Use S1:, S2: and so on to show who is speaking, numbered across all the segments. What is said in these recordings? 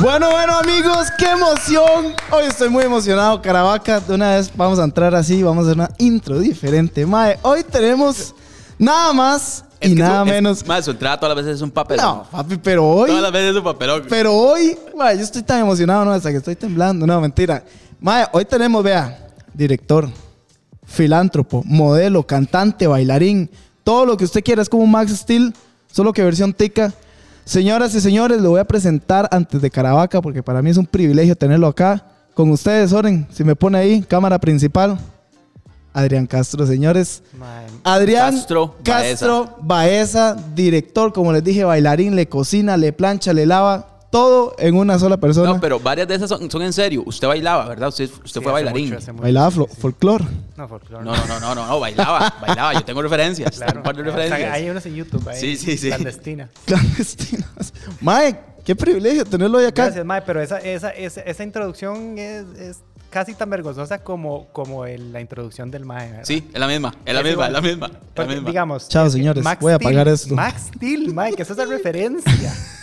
S1: Bueno, bueno, amigos, qué emoción. Hoy estoy muy emocionado, Caravaca. De una vez vamos a entrar así, vamos a hacer una intro diferente. Mae, hoy tenemos nada más
S2: Es
S1: y
S2: que
S1: nada
S2: su- es-
S1: menos.
S2: Mae, su entrada todas las veces es un papelón.
S1: No, papi, pero hoy.
S2: Todas las veces es un papelón.
S1: Pero hoy, mae, yo estoy tan emocionado, no, hasta que estoy temblando. No, mentira. Mae, hoy tenemos, vea, director, filántropo, modelo, cantante, bailarín, todo lo que usted quiera. Es como un Max Steel, solo que versión tica. Señoras y señores, lo voy a presentar antes de Caravaca, porque para mí es un privilegio tenerlo acá. Con ustedes, Oren, si me pone ahí, cámara principal. Adrián Castro, señores. Adrián
S2: Castro
S1: Castro Baeza, director, como les dije, bailarín, le cocina, le plancha, le lava, todo en una sola persona.
S2: no, pero varias de esas son, son en serio. Usted bailaba, ¿verdad? Usted, usted
S3: Sí,
S2: fue
S3: hace
S2: bailarín.
S3: mucho, hace mucho,
S1: Bailaba
S3: sí,
S1: flo-
S3: sí.
S1: folclore.
S3: No, folclore.
S2: No, no, no, no, no, no, bailaba, bailaba. Yo tengo referencias. tengo
S3: Claro.
S2: un par de
S3: O sea,
S2: referencias.
S3: hay unos en YouTube. Ahí,
S2: Sí, sí, sí.
S3: Clandestinas.
S1: Clandestinos. Mae, qué privilegio tenerlo hoy acá.
S3: Gracias, Mae, pero esa, esa, esa, esa introducción es, es casi tan vergonzosa como, como el- la introducción del Mae. ¿verdad?
S2: Sí, es la misma, es la
S3: Es
S2: misma,
S3: igual.
S2: es la misma. es la
S3: Porque,
S2: misma.
S3: digamos.
S1: Chao,
S3: eh,
S1: señores, voy a
S3: Steel,
S1: apagar esto.
S3: Max Steel, Mae, que esa es la referencia.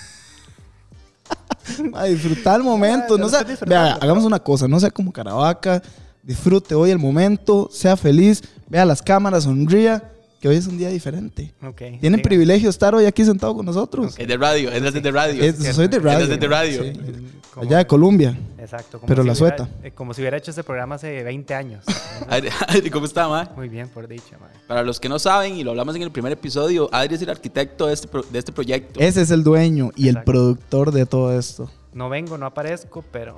S1: A disfrutar el momento.
S3: Mae,
S1: No
S3: lo
S1: sea-
S3: estoy disfrutando.
S1: vea, hagamos una cosa, no sea como Caravaca. Disfrute hoy el momento, sea feliz, vea las cámaras, sonría, que hoy es un día diferente.
S3: Ok.
S1: Tienen
S3: diga.
S1: privilegio estar hoy aquí sentado con nosotros.
S2: Es de radio, es desde de radio.
S1: Es- soy de radio.
S2: desde de radio.
S1: Sí,
S3: Como-
S1: Allá de Colombia.
S3: Exacto. como
S1: pero la
S3: hubiera-
S1: sueta.
S3: eh, como si hubiera hecho este programa hace 20 años.
S2: Adri- Adri, ¿cómo está, mae?
S3: Muy bien, por dicha, Mae.
S2: Para los que no saben, y lo hablamos en el primer episodio, Adri es el arquitecto de este, pro- de este proyecto.
S1: Ese es el dueño y el
S3: Exacto.
S1: productor de todo esto.
S3: No vengo, no aparezco, pero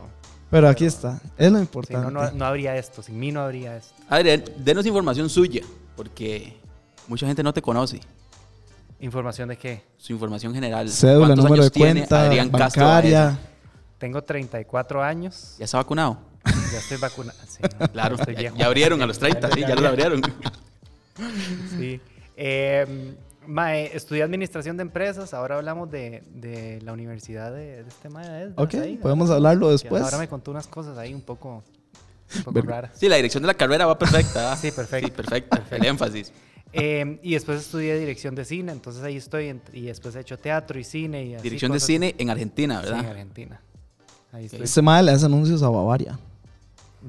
S1: Pero aquí está, es lo
S3: si no,
S1: importante.
S3: no, no habría esto. Sin mí no habría esto.
S2: Adri, denos información suya, porque mucha gente no te conoce.
S3: ¿Información de qué?
S2: Su información general.
S1: Cédula,
S2: ¿Cuántos
S1: número
S2: años
S1: de
S2: tiene
S1: cuenta,
S2: Adrián Castro
S1: bancaria.
S2: Baeza?
S3: Tengo 34 años.
S2: ¿Ya está vacunado?
S3: Ya estoy vacunado. Sí, no,
S2: Claro,
S3: estoy
S2: ya,
S3: viejo.
S2: ya abrieron a los 30, sí, ya los abrieron.
S3: Sí. Eh, mae, estudié administración de empresas. Ahora hablamos de, de la universidad de, de este mae. ¿es?
S1: Ok,
S3: Ahí,
S1: podemos hablarlo
S3: que
S1: después.
S3: Ahora me contó unas cosas ahí un poco, un poco
S1: Verga.
S3: raras.
S2: Sí, la dirección de la carrera va perfecta. ¿ah?
S3: Sí, perfecto.
S2: Sí, perfecta. El énfasis.
S3: Eh, y después estudié dirección de cine. Entonces ahí estoy. en- y después he hecho teatro y cine. Y así
S2: Dirección de
S3: cosas.
S2: cine en Argentina,
S3: Sí, en
S2: ¿verdad?
S3: Argentina. Ahí estoy.
S1: Ese madre le hace anuncios a Bavaria.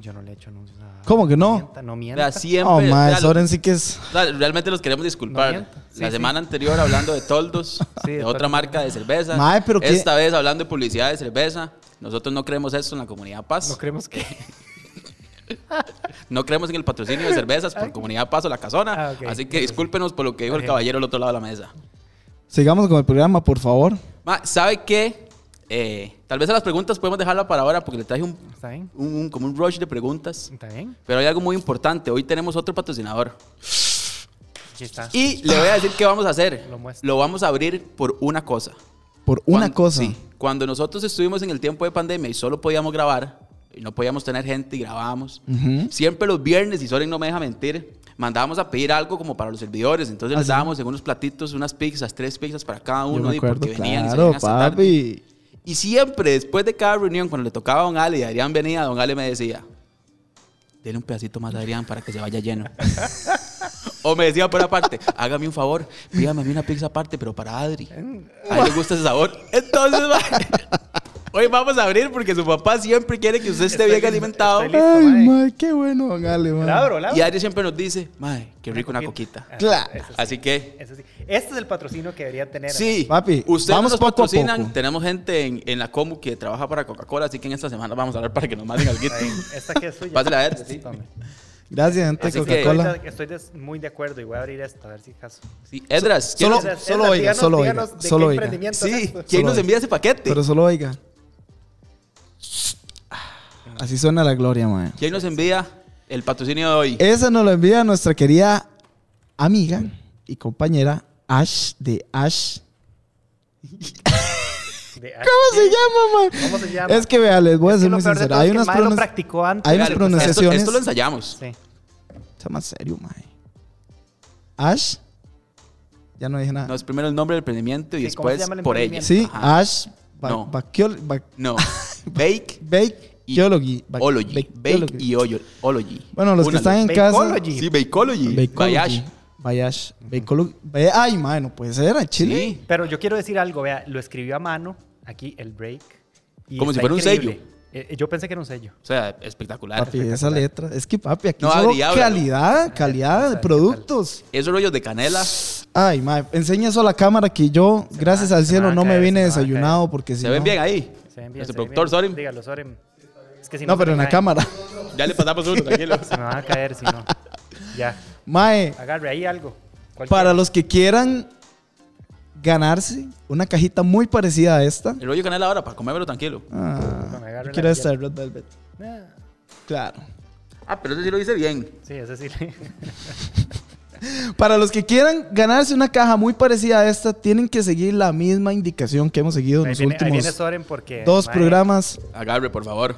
S3: Yo no le he hecho anuncios a-
S1: ¿Cómo que no?
S3: No mienta, no mienta.
S2: Vea, siempre.
S1: Oh, madre,
S2: vea,
S1: Soren sí que es.
S2: la- realmente los queremos disculpar.
S3: No mienta. Sí,
S2: la
S3: sí.
S2: semana anterior hablando de toldos,
S3: Sí,
S2: de
S3: de
S2: otra
S3: toldos.
S2: marca de cerveza.
S1: Mae, pero qué-
S2: Esta vez hablando de publicidad de cerveza. Nosotros no creemos esto en la comunidad Paz.
S3: No
S2: No,
S3: creemos que...
S2: creemos en el patrocinio de cervezas por comunidad Paz o la Casona.
S3: Ah, ok.
S2: Así que discúlpenos por lo que dijo el
S3: Ok.
S2: caballero al otro lado de la mesa.
S1: Sigamos con el programa, por favor.
S2: Ma, ¿sabe qué? Eh, tal vez a las preguntas podemos dejarla para ahora porque le traje un,
S3: ¿Está bien?
S2: un- un- como un rush de preguntas.
S3: ¿Está bien?
S2: Pero hay algo muy importante. Hoy tenemos otro patrocinador.
S3: Aquí está.
S2: Y le voy a decir qué vamos a hacer.
S3: Lo muestro.
S2: Lo vamos a abrir por una cosa.
S1: Por una
S2: Cuando-
S1: cosa.
S2: Sí. Cuando nosotros estuvimos en el tiempo de pandemia y solo podíamos grabar, y no podíamos tener gente y grabábamos,
S1: Ujú.
S2: ¿Mm? siempre los viernes, y Soren no me deja mentir, mandábamos a pedir algo como para los servidores. Entonces les dábamos en unos platitos unas pizzas, tres pizzas para cada
S1: ¿Ah, Yo
S2: uno,
S1: me
S2: y
S1: acuerdo,
S2: porque venían y
S1: claro,
S2: salían hasta tarde.
S1: papi.
S2: Y siempre, después de cada reunión, cuando le tocaba a Don Ale y Adrián venía, Don Ale me decía, denle un pedacito más a Adrián para que se vaya lleno. o me decía por aparte, hágame un favor, pídame a mí una pizza aparte, pero para Adri. A él le gusta ese sabor. Entonces, ma, hoy vamos a abrir porque su papá siempre quiere que usted esté
S3: Estoy
S2: bien
S3: listo,
S2: alimentado.
S3: estoy
S1: Ay,
S3: mae.
S1: madre, qué bueno, don Ale, mae.
S3: ¿La abro, la
S2: Y
S3: abro?
S2: Adri siempre nos dice, madre, qué rico una coquita.
S3: Ah,
S1: Claro.
S3: ese sí,
S2: Así que...
S3: ese sí. Este es el patrocinio que debería tener.
S2: Sí,
S1: Papi,
S2: ustedes
S1: vamos
S2: nos
S1: poco a
S2: patrocinan.
S1: poco.
S2: Tenemos gente en, en la Comu que trabaja para Coca-Cola, así que en esta semana vamos a hablar para que nos manden algo.
S3: amigo. Ahí, Esta que es suya.
S2: Pásale a él, sí.
S3: Tome.
S1: Gracias, gente de
S2: Así que-
S1: Coca-Cola.
S3: Estoy, de- estoy des- muy de acuerdo y voy a abrir esto a ver si caso.
S2: Sí, Edras, ¿quién,
S1: Solo-
S2: nos-
S3: Esas-
S1: solo
S3: esas,
S1: oiga, solo oiga,
S3: díganos de
S1: solo
S3: qué
S1: oiga.
S3: emprendimiento
S2: sí,
S3: es esto.
S2: ¿quién nos
S1: Solo-
S2: envía ese paquete?
S1: Pero solo oiga. Así suena la gloria, mae.
S2: ¿Quién nos envía el patrocinio de hoy?
S1: Esa nos lo envía nuestra querida amiga y compañera Ash de Ash.
S3: De-
S1: ¿Cómo se llama, mae?
S3: ¿Cómo se llama?
S1: Es que vea, les voy a
S3: Es que
S1: ser
S3: lo
S1: muy
S3: peor de
S1: sincero.
S3: todo
S1: Hay unas
S3: es que el mae lo
S1: pronunciaciones.
S3: practicó antes.
S1: hay
S2: Vea,
S1: unas
S2: esto-
S1: pronunciaciones.
S2: Esto, lo ensayamos.
S3: Sí.
S1: Está más serio, mae. Ash. Ya no dije nada.
S2: No, es primero el nombre del emprendimiento y
S3: Sí, ¿cómo se
S2: después
S3: llama el
S2: por ella.
S3: emprendimiento?
S1: sí, ah.
S2: Ajá.
S1: Ash. Ba
S2: No.
S1: Bakiol- Ba-
S2: No, Bake,
S1: Bakeology. Ba-
S2: Ology. Bake
S1: Bakeology.
S2: y Olo- Ology.
S1: Bueno, los que
S2: Únalo.
S1: están en casa.
S3: Bakeology.
S2: Sí, Bakeology. Bayash.
S1: Bakeology. Bayash. Bakeology. Ba- Ay, mae, no puede ser. A Chile.
S2: Sí.
S3: Pero yo quiero decir algo, vea, lo escribió a mano, aquí el break. Y
S2: Como si
S3: está
S2: fuera un
S3: increíble.
S2: sello.
S3: Eh, yo pensé que era un sello.
S2: O sea, espectacular.
S1: Papi, esa letra. Es que, papi, aquí
S2: No,
S1: solo
S2: Adri, háblalo.
S1: calidad, calidad de
S3: ¿qué tal?
S1: productos.
S2: Esos rollos de canela.
S1: Ay, mae, enseña eso a la cámara que yo, gracias
S3: va-
S1: al
S3: se
S1: cielo,
S3: me va a
S1: no me
S3: caer,
S1: vine
S3: se me va a
S1: desayunado porque si
S2: ¿Se ven
S1: no-
S2: bien ahí?
S3: Se ven bien,
S2: Nuestro
S3: se ven
S2: productor
S3: bien.
S2: Soren.
S3: Dígalo, Soren. Es que si
S1: No, pero
S3: se
S1: en
S3: me
S1: la
S3: caen.
S1: cámara.
S2: Ya le pasamos uno, tranquilo.
S3: Se me van a caer si no. Ya,
S1: Mae,
S3: agarre ahí algo. Cualquier-
S1: para los que quieran ganarse una cajita muy parecida a esta.
S2: El rollo de canela ahora, para comérmelo tranquilo.
S1: Ah,
S3: me agarro
S1: yo
S3: la
S1: quiero esta
S3: piel.
S1: de Red Velvet.
S3: Ah,
S1: Claro.
S2: Ah, pero ese sí lo hice bien.
S3: Sí, ese sí.
S1: Para los que quieran ganarse una caja muy parecida a esta, tienen que seguir la misma indicación que hemos seguido en
S3: Ahí
S1: los
S3: viene, ahí
S1: últimos
S3: viene Soren porque.
S1: dos
S3: mae,
S1: programas.
S2: Agarre, por favor.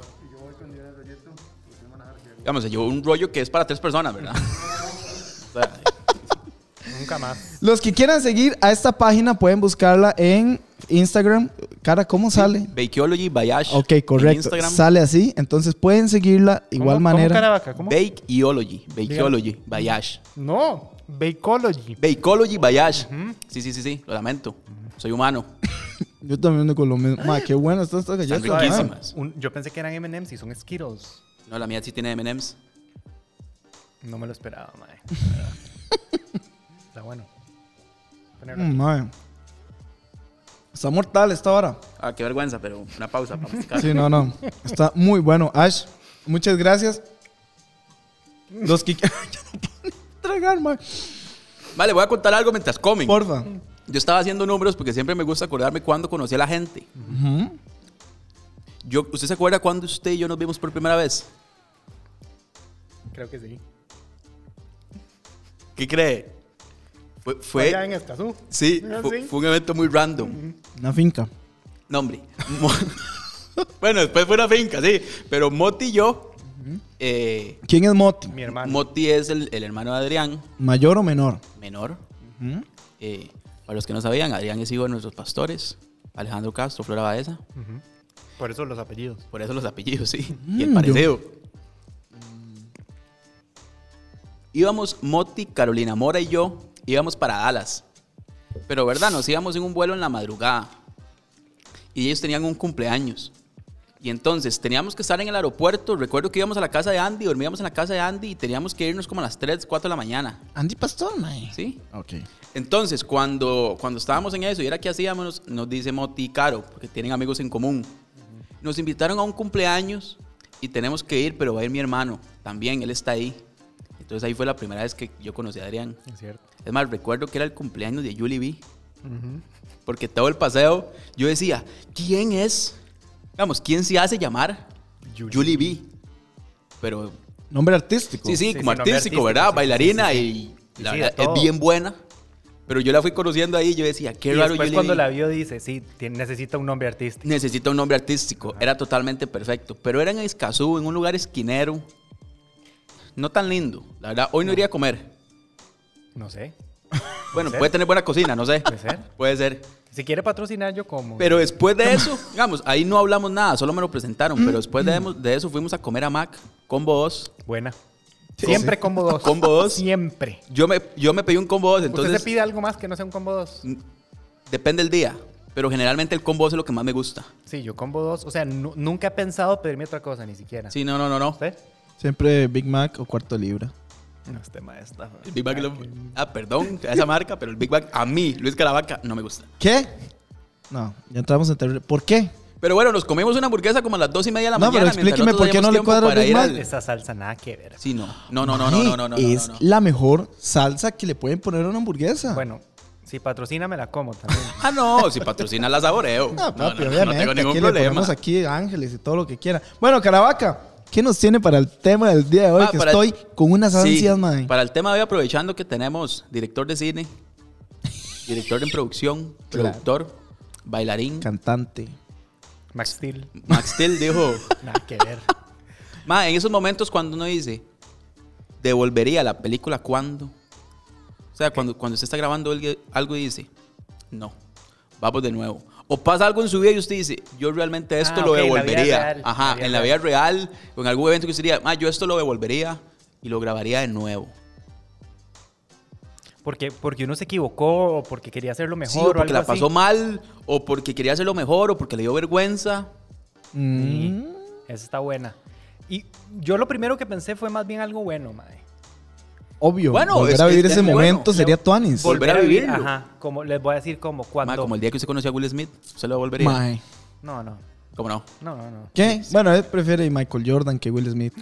S2: Digamos, se llevó un rollo que es para tres personas, ¿verdad? O sea,
S3: Nunca más.
S1: Los que quieran seguir a esta página pueden buscarla en Instagram. Cara, ¿cómo sale?
S2: Bakeology Bayash.
S1: Ok,
S2: en
S1: correcto.
S2: Instagram.
S1: Sale así. Entonces pueden seguirla de igual
S3: ¿Cómo- ¿Cómo
S1: manera.
S3: Caravaca? ¿Cómo?
S2: Bakeology. Bakeology Bayash.
S3: no, Bakeology.
S2: Bakeology Bayash. Sí, sí, sí, sí. Lo lamento. Soy humano.
S1: Yo también digo lo mismo. Ma, qué bueno están estas galletas.
S2: Están riquísimas.
S1: ma.
S3: Un- yo pensé que eran MMs y son Skittles.
S2: No, la mía sí tiene MMs.
S3: No me lo esperaba, mae. Está bueno. Ponerlo
S1: Mm, ma. Está mortal esta hora.
S2: Ah, qué vergüenza, pero una pausa para masticar.
S1: Sí, no, no. Está muy bueno. Ash, muchas gracias. Los que quieran tragar, ma.
S2: Vale, voy a contar algo mientras comen.
S1: Porfa.
S2: Yo estaba haciendo números porque siempre me gusta acordarme cuándo conocí a la gente.
S1: Ujú.
S2: Yo, ¿Usted se acuerda cuándo usted y yo nos vimos por primera vez?
S1: Mm.
S3: aquí. Creo que sí.
S2: ¿Qué cree? Fue, fue-
S3: Allá en Escazú.
S2: sí,
S3: Ah,
S2: fu-
S3: sí.
S2: fue un evento muy random.
S1: Una finca.
S2: No, hombre. Mo- bueno, después fue una finca, sí. Pero Moti y yo, eh,
S1: ¿Quién es Moti?
S3: Mi hermano.
S2: Moti es el, el hermano de Adrián,
S1: ¿Mayor o menor?
S2: menor.
S1: Ujú.
S2: Eh, para los que no sabían, Adrián es hijo de nuestros pastores, Alejandro Castro, Flora Baeza.
S3: Ujú. Por eso los apellidos.
S2: Por eso los apellidos, sí. y el
S1: Mm,
S2: parecido. Íbamos Moti, Carolina Mora y yo, íbamos para Dallas. Pero, ¿verdad? Nos íbamos en un vuelo en la madrugada. Y ellos tenían un cumpleaños. Y entonces teníamos que estar en el aeropuerto. Recuerdo que íbamos a la casa de Andy, dormíamos en la casa de Andy y teníamos que irnos como a las 3, 4 de la mañana.
S1: Andy Pastor, mae.
S2: ¿Sí?
S1: Ok.
S2: Entonces, cuando, cuando estábamos en eso y era que hacíamos, nos, nos dice Moti y Caro, porque tienen amigos en común. Nos invitaron a un cumpleaños y tenemos que ir, pero va a ir mi hermano también, él está ahí. Entonces ahí fue la primera vez que yo conocí a Adrián.
S3: Es cierto.
S2: Es más, recuerdo que era el cumpleaños de Julie B. Porque todo el paseo yo decía, ¿quién es? Vamos, ¿quién se hace llamar?
S3: Julie
S2: Julie B. Pero
S1: Nombre artístico.
S2: Sí, sí,
S3: Sí,
S2: como
S3: sí, nombre
S2: artístico,
S3: artístico,
S2: ¿verdad?
S3: sí, sí,
S2: Bailarina
S3: sí, sí.
S2: y
S3: Y
S2: la
S3: sí,
S2: verdad
S3: de
S2: es
S3: todo.
S2: bien buena. Pero yo la fui conociendo ahí y yo decía, qué
S3: y
S2: raro
S3: después
S2: Julie
S3: cuando
S2: Lee.
S3: la vio dice, sí, tiene- necesita un nombre artístico.
S2: Necesita un nombre artístico. Era totalmente perfecto. Pero era en Escazú, en un lugar esquinero. No tan lindo. La verdad, hoy no iría a comer.
S3: No sé.
S2: Bueno,
S3: ser.
S2: puede tener buena cocina, no sé.
S3: Puede ser.
S2: Puede ser.
S3: Si quiere patrocinar, yo como.
S2: Pero después de eso, digamos, ahí no hablamos nada, solo me lo presentaron. Pero después
S3: Mm.
S2: de, de eso fuimos a comer a Mac con vos.
S3: Buena. Siempre combo 2.
S2: Combo dos.
S3: Siempre.
S2: Yo me, yo me pedí un combo vos,
S3: ¿Usted
S2: entonces Mm.
S3: se pide algo más que no sea un combo 2?
S2: depende el día. Pero generalmente el combo vos es lo que más me gusta.
S3: Sí, yo combo 2. O sea, nu- nunca he pensado pedirme otra cosa, ni siquiera.
S2: Sí, no, no, no, no.
S3: ¿Usted?
S1: Siempre Big Mac o cuarto libra.
S3: No, este maestro.
S2: El Big Mac lo- Ah, perdón, a esa marca, pero el Big Mac a mí, Luis Caravaca, no me gusta.
S1: ¿Qué? No, ya entramos en terrible. ¿Por qué?
S2: Pero bueno, nos comimos una hamburguesa como a las dos y media de la
S1: No,
S2: mañana.
S1: pero
S2: mientras
S1: explíqueme
S2: nosotros
S1: por qué no
S2: teníamos
S1: le
S2: tiempo
S1: cuadra el
S2: para
S1: Big
S2: ir
S1: Mac.
S2: al-
S3: Esa salsa nada que ver.
S2: Sí, no. No, no, no, no, no, no, no, no,
S1: Es
S2: no, no.
S1: la mejor salsa que le pueden poner a una hamburguesa.
S3: Ah. Bueno, si patrocina, me la como también.
S2: Ah, no, si patrocina la saboreo.
S1: no,
S2: No,
S1: papi,
S2: no, no, no
S1: obviamente.
S2: tengo ningún
S1: aquí le
S2: problema.
S1: ponemos aquí ángeles y todo lo que quiera. Bueno, Caravaca, ¿qué nos tiene para el tema del día de hoy?
S2: Ah,
S1: que
S2: para-
S1: estoy con unas
S2: Sí,
S1: ansias, man.
S2: Para el tema de hoy, aprovechando que tenemos director de cine, director en producción,
S1: Claro.
S2: productor, bailarín.
S1: Cantante.
S3: Max Steel.
S2: Max Till dijo,
S3: Nada que ver.
S2: Ma, en esos momentos cuando uno dice, devolvería la película cuando. O sea, cuando, cuando usted está grabando algo- algo y dice, no, vamos de nuevo. O pasa algo en su vida y usted dice, yo realmente esto
S3: Ah,
S2: lo
S3: ok, la vida
S2: devolvería.
S3: real,
S2: Ajá,
S3: la vida
S2: en la vida
S3: real.
S2: real, o en algún evento que usted diría, ma, yo esto lo devolvería y lo grabaría de nuevo.
S3: Porque, porque uno se equivocó o porque quería hacerlo mejor.
S2: sí, o porque
S3: o algo
S2: la pasó
S3: así.
S2: mal, o porque quería hacerlo mejor, o porque le dio vergüenza.
S1: Mm.
S3: Esa está buena. Y yo lo primero que pensé fue más bien algo bueno, mae.
S1: Obvio.
S2: Bueno,
S1: volver
S2: es-
S1: a vivir
S2: es-
S1: ese
S2: es
S1: momento
S2: bueno.
S1: sería tuanis.
S2: Vol- Volver a vivirlo.
S3: Ajá. Como, les voy a decir como cuando...
S2: Ma, como el día que usted conoció a Will Smith, usted lo volvería.
S1: Mae.
S3: No, no.
S2: ¿Cómo no?
S3: No, no, no.
S1: ¿Qué? Bueno, él prefiere Michael Jordan que Will Smith.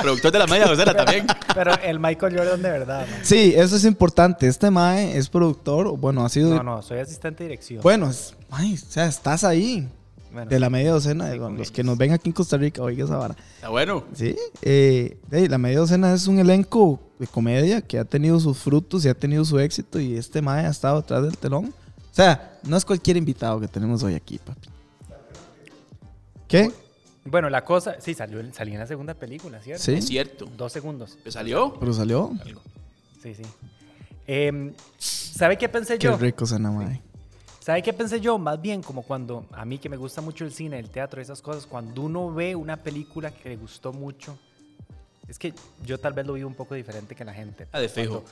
S2: Productor de la media docena también.
S3: Pero el Michael Jordan de verdad, mae.
S1: Sí, eso es importante. Este Mae es productor, o bueno, ha sido.
S3: No, no, soy asistente de dirección.
S1: Bueno, es- mae, o sea, estás ahí.
S3: Bueno,
S1: De la media docena, digo, los que nos ven aquí en Costa Rica, oiga esa vara.
S2: Está bueno.
S1: Sí, eh, ey, la media docena es un elenco de comedia que ha tenido sus frutos y ha tenido su éxito y este mae ha estado atrás del telón. O sea, no es cualquier invitado que tenemos hoy aquí, papi. ¿Qué?
S3: Bueno, la cosa... Sí, salió, en- salí en la segunda película, ¿cierto?
S1: Sí,
S2: Es cierto.
S3: Dos segundos.
S2: ¿Te salió?
S1: pero salió.
S3: Sí, sí. Em, ¿Sabe qué pensé
S1: Qué
S3: yo?
S1: rico sana mae.
S3: ¿Sabe qué pensé yo? Más bien como cuando, a mí que me gusta mucho el cine, el teatro, esas cosas, cuando uno ve una película que le gustó mucho, es que yo tal vez lo vivo un poco diferente que la gente.
S2: Ah, de fijo.
S3: Cuando,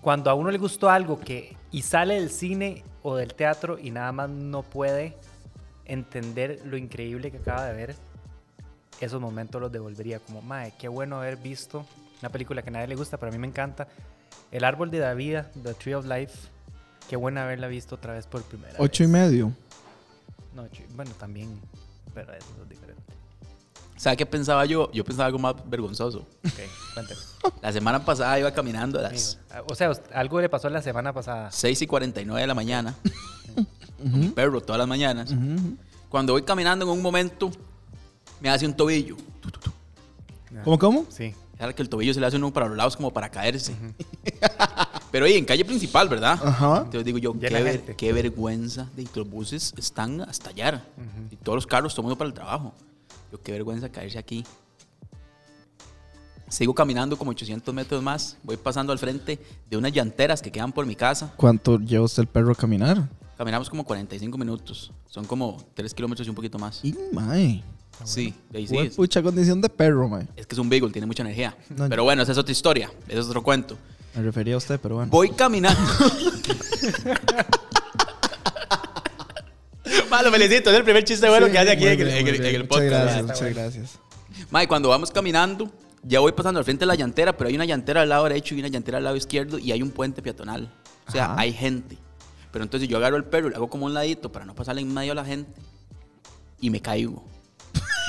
S3: cuando a uno le gustó algo que y sale del cine o del teatro y nada más no puede entender lo increíble que acaba de ver, esos momentos los devolvería como, mae, qué bueno haber visto una película que a nadie le gusta, pero a mí me encanta. El árbol de la vida, The Tree of Life. Qué bueno haberla visto otra vez por primera
S1: Ocho y
S3: vez.
S1: medio.
S3: No, ocho y- bueno, también, pero eso es diferente.
S2: ¿Sabes qué pensaba yo? Yo pensaba algo más vergonzoso.
S3: Ok, cuéntame.
S2: La semana pasada iba caminando a las
S3: Amigo, ah, O sea, us- algo le pasó la semana pasada.
S2: 6 y 49 de la mañana. Con mi perro todas las mañanas. Cuando voy caminando en un momento, me hace un tobillo. Tu, tu, tu.
S3: Ah,
S1: ¿Cómo, cómo?
S3: Sí.
S2: Claro que el tobillo se le hace uno para los lados como para caerse. Pero ahí en calle principal, ¿verdad?
S1: Ajá.
S2: Entonces digo yo, qué,
S3: Llena
S2: ver-
S3: gente.
S2: qué vergüenza. de que los buses están a estallar. Y todos los carros, todo el mundo para el trabajo. Yo, qué vergüenza caerse aquí. Sigo caminando como 800 metros más. Voy pasando al frente de unas llanteras que quedan por mi casa.
S1: ¿Cuánto lleva usted el perro a caminar?
S2: Caminamos como 45 minutos. Son como 3 kilómetros y un poquito más.
S1: Y mae.
S2: Sí, de ahí sí.
S1: Fue
S2: es-
S1: pucha condición de perro, mae.
S2: Es que es un beagle, tiene mucha energía.
S1: No,
S2: Pero bueno, esa es otra historia. Ese es otro cuento.
S1: Me refería a usted, pero bueno.
S2: Voy caminando. Malo, felicito. Es el primer chiste bueno
S1: Sí,
S2: que hace aquí
S1: muy
S2: en el,
S1: bien,
S2: en el-
S1: muy
S2: en
S1: bien.
S2: el
S1: Muchas
S2: podcast.
S1: gracias,
S3: Está
S1: muchas
S3: bueno.
S1: gracias.
S2: Mae, cuando vamos caminando, ya voy pasando al frente de la llantera, pero hay una llantera al lado derecho y una llantera al lado izquierdo y hay un puente peatonal. O sea,
S1: Ajá.
S2: hay gente. Pero entonces yo agarro el perro y le hago como un ladito para no pasarle en medio a la gente y me caigo.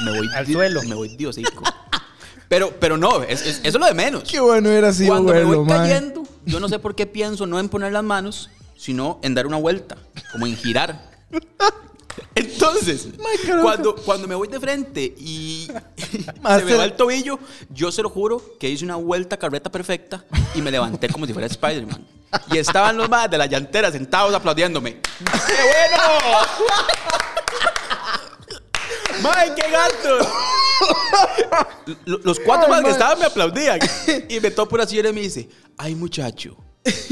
S2: Me voy
S3: Al
S2: di-
S3: suelo.
S2: Me voy diosico. Pero, pero no, es- es- eso es lo de menos.
S1: Qué bueno hubiera sido
S2: Cuando me
S1: verlo,
S2: voy
S1: mae.
S2: cayendo, yo no sé por qué pienso no en poner las manos, sino en dar una vuelta, como en girar. Entonces,
S1: carajo.
S2: cuando, cuando me voy de frente y se me
S1: Master.
S2: va el tobillo, yo se lo juro que hice una vuelta carreta perfecta y me levanté como si fuera Spider-Man. Y estaban los más de la llantera sentados aplaudiéndome. ¡Qué bueno! ¡Mae, qué gato! Lo- Los cuatro
S1: Ay,
S2: más que
S1: mae.
S2: estaban me aplaudían. Y me topo una señora y me dice, ay muchacho,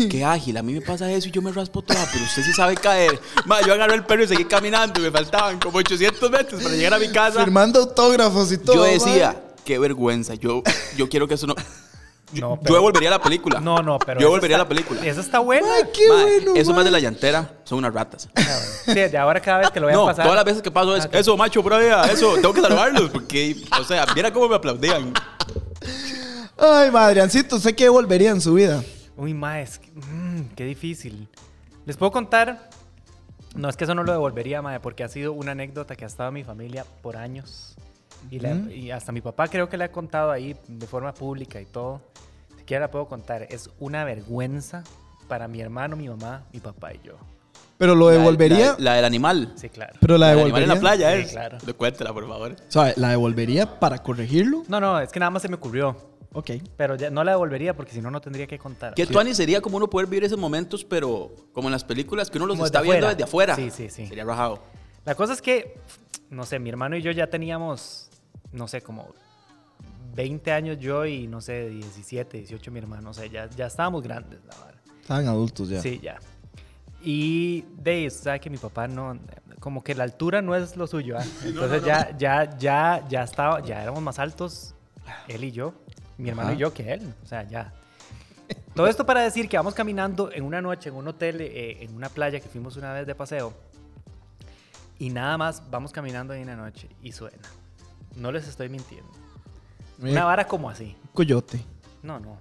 S2: qué ágil, a mí me pasa eso y yo me raspo toda, pero usted sí sabe caer. Ma, yo agarré el perro y seguí caminando y me faltaban como 800 metros para llegar a mi casa.
S1: Firmando autógrafos y todo.
S2: yo decía, qué vergüenza, yo, yo quiero que eso no...
S3: No,
S2: Yo-
S3: pero-
S2: yo volvería a la película.
S3: No, no, pero.
S2: Yo
S3: esa
S2: volvería
S3: está-
S2: a la película.
S3: Esa está buena.
S1: Mae, qué
S2: Ma,
S1: bueno.
S2: eso más
S1: mae.
S2: de la llantera son unas ratas.
S3: Sí, de ahora cada vez que lo vean
S2: No,
S3: pasar.
S2: todas las veces que paso es,
S3: Ah, ok.
S2: eso, macho, bravia, eso, tengo que salvarlos, porque, o sea, viera cómo me aplaudían.
S1: Ay, madriancito, sé que volvería en su vida.
S3: Uy, ma, es que, mm, qué difícil. Les puedo contar. No es que eso no lo devolvería, madre, porque ha sido una anécdota que ha estado en mi familia por años. Y, la-
S1: Ujú.
S3: y hasta mi papá creo que la ha contado ahí de forma pública y todo. Si quiera la puedo contar. Es una vergüenza para mi hermano, mi mamá, mi papá y yo.
S1: Pero lo
S2: La-
S1: devolvería.
S2: La, la del animal.
S3: Sí, claro.
S1: pero la
S2: del animal
S1: devolvería.
S2: en la playa,
S3: Sí,
S2: es.
S3: claro.
S2: Lo cuéntela, por favor.
S1: O sea, la devolvería para corregirlo.
S3: No, no, es que nada más se me ocurrió.
S1: Ok.
S3: Pero ya no la devolvería porque si no, no tendría que contar.
S2: Que Tuani sería como uno poder vivir esos momentos, pero como en las películas que uno los
S3: Como
S2: está
S3: desde
S2: viendo desde
S3: afuera.
S2: afuera.
S3: Sí, sí, sí.
S2: Sería rajado.
S3: La cosa es que, no sé, mi hermano y yo ya teníamos, no sé, como 20 años yo y no sé, 17, 18 mi hermano. O sea, ya, ya estábamos grandes, la verdad.
S1: Estaban adultos ya.
S3: Sí, ya. Y de sabe que mi papá no, como que la altura no es lo suyo. ¿ah? Entonces ya, ya, ya, ya estaba, ya éramos más altos, él y yo, mi hermano y
S1: Ajá.
S3: yo que él. O sea, ya. Todo esto para decir que vamos caminando en una noche en un hotel, eh, en una playa que fuimos una vez de paseo. Y nada más vamos caminando ahí en la noche y suena. No les estoy mintiendo. Una
S1: Mira,
S3: vara como así.
S1: coyote.
S3: No, no.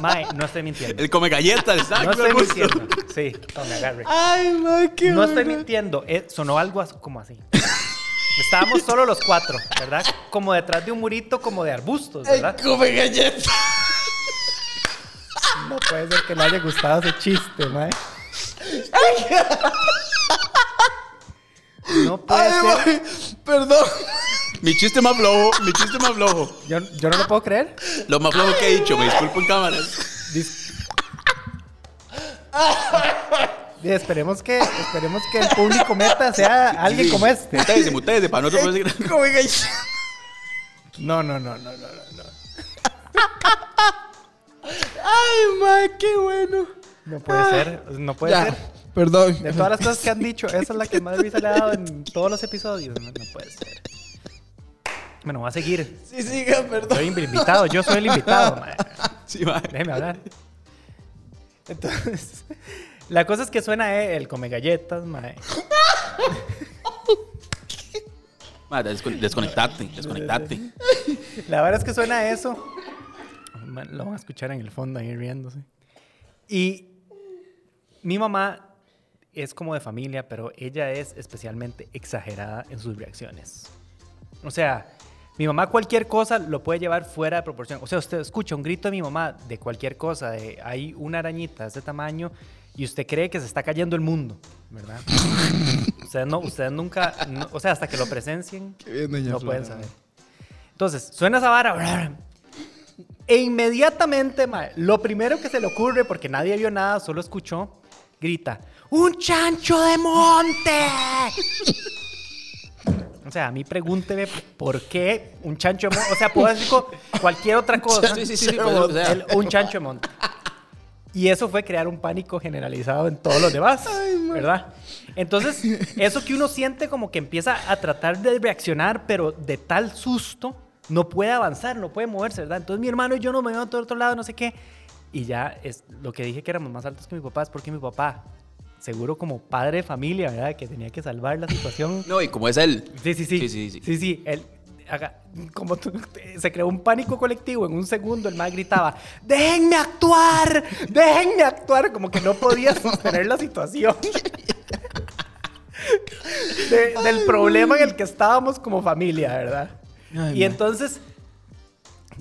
S3: Mae, no estoy mintiendo.
S2: El come galletas,
S3: No
S1: Ah,
S2: exacto.
S3: estoy
S2: justo.
S3: mintiendo. Sí, tome, agarre.
S1: Ay, mae, Ah, qué
S3: No estoy
S1: bueno.
S3: mintiendo. eh, sonó algo as- como así. Estábamos solo los cuatro, ¿verdad? Como detrás de un murito, como de arbustos, ¿verdad?
S1: come galletas.
S3: No puede ser que le haya gustado ese chiste, mae. No puede
S1: Ay,
S3: ser.
S1: mae, perdón.
S2: Mi chiste más flojo, mi chiste más flojo.
S3: Yo, yo no lo puedo creer.
S2: Lo más flojo que he dicho, me disculpo en cámaras.
S3: Dis- Y esperemos que, esperemos que el público meta sea alguien como este.
S2: Ustedes, ustedes, para nosotros. puede ser-
S1: Come galletas.
S3: No, no, no, no, no, no, no.
S1: Ay, mae, qué bueno.
S3: No puede ser, no puede
S1: ya,
S3: ser.
S1: perdón.
S3: De todas las cosas que han dicho, esa es la que más risa le ha dado en todos los episodios. No, no puede ser. Bueno, va a seguir.
S1: Sí, siga, perdón.
S3: Soy el invitado, yo soy el invitado. ma. este.
S2: Sí, va.
S3: Déjeme hablar. Entonces, la cosa es que suena eh, el come galletas, mae.
S2: Ma, descon- Desconectate, desconectate.
S3: La verdad es que suena eso. Ma- Lo van a escuchar en el fondo ahí riéndose. Y mi mamá es como de familia, pero ella es especialmente exagerada en sus reacciones. O sea, mi mamá cualquier cosa lo puede llevar fuera de proporción. O sea, usted escucha un grito de mi mamá de cualquier cosa, de hay una arañita de este tamaño y usted cree que se está cayendo el mundo, ¿verdad? ustedes no, ustedes nunca, no- o sea, hasta que lo presencien,
S1: Qué bien, doña
S3: no
S1: Flora,
S3: pueden
S1: ma.
S3: saber. Entonces, suena esa vara. E inmediatamente, mae, lo primero que se le ocurre, porque nadie vio nada, solo escuchó, grita, ¡Un chancho de monte! o sea, a mí pregúnteme por qué un chancho de monte. O sea, puedo decir co- cualquier otra cosa.
S2: Sí, sí, sí, sí, puede ser lo que sea.
S3: El- un chancho de monte. Y eso fue crear un pánico generalizado en todos los demás, ¿verdad? Entonces, eso que uno siente como que empieza a tratar de reaccionar, pero de tal susto, no puede avanzar, no puede moverse, ¿verdad? Entonces, mi hermano y yo nos movimos a todo otro lado, no sé qué. Y ya es lo que dije que éramos más altos que mi papá es porque mi papá, seguro como padre de familia, ¿verdad? Que tenía que salvar la situación.
S2: No, y como es él.
S3: Sí, sí, sí.
S2: Sí, sí, sí.
S3: él, haga- como tú- se creó un pánico colectivo. En un segundo, el más gritaba: ¡Déjenme actuar! ¡Déjenme actuar! Como que no podía sostener la situación. De- del problema en el que estábamos como familia, ¿verdad? y entonces,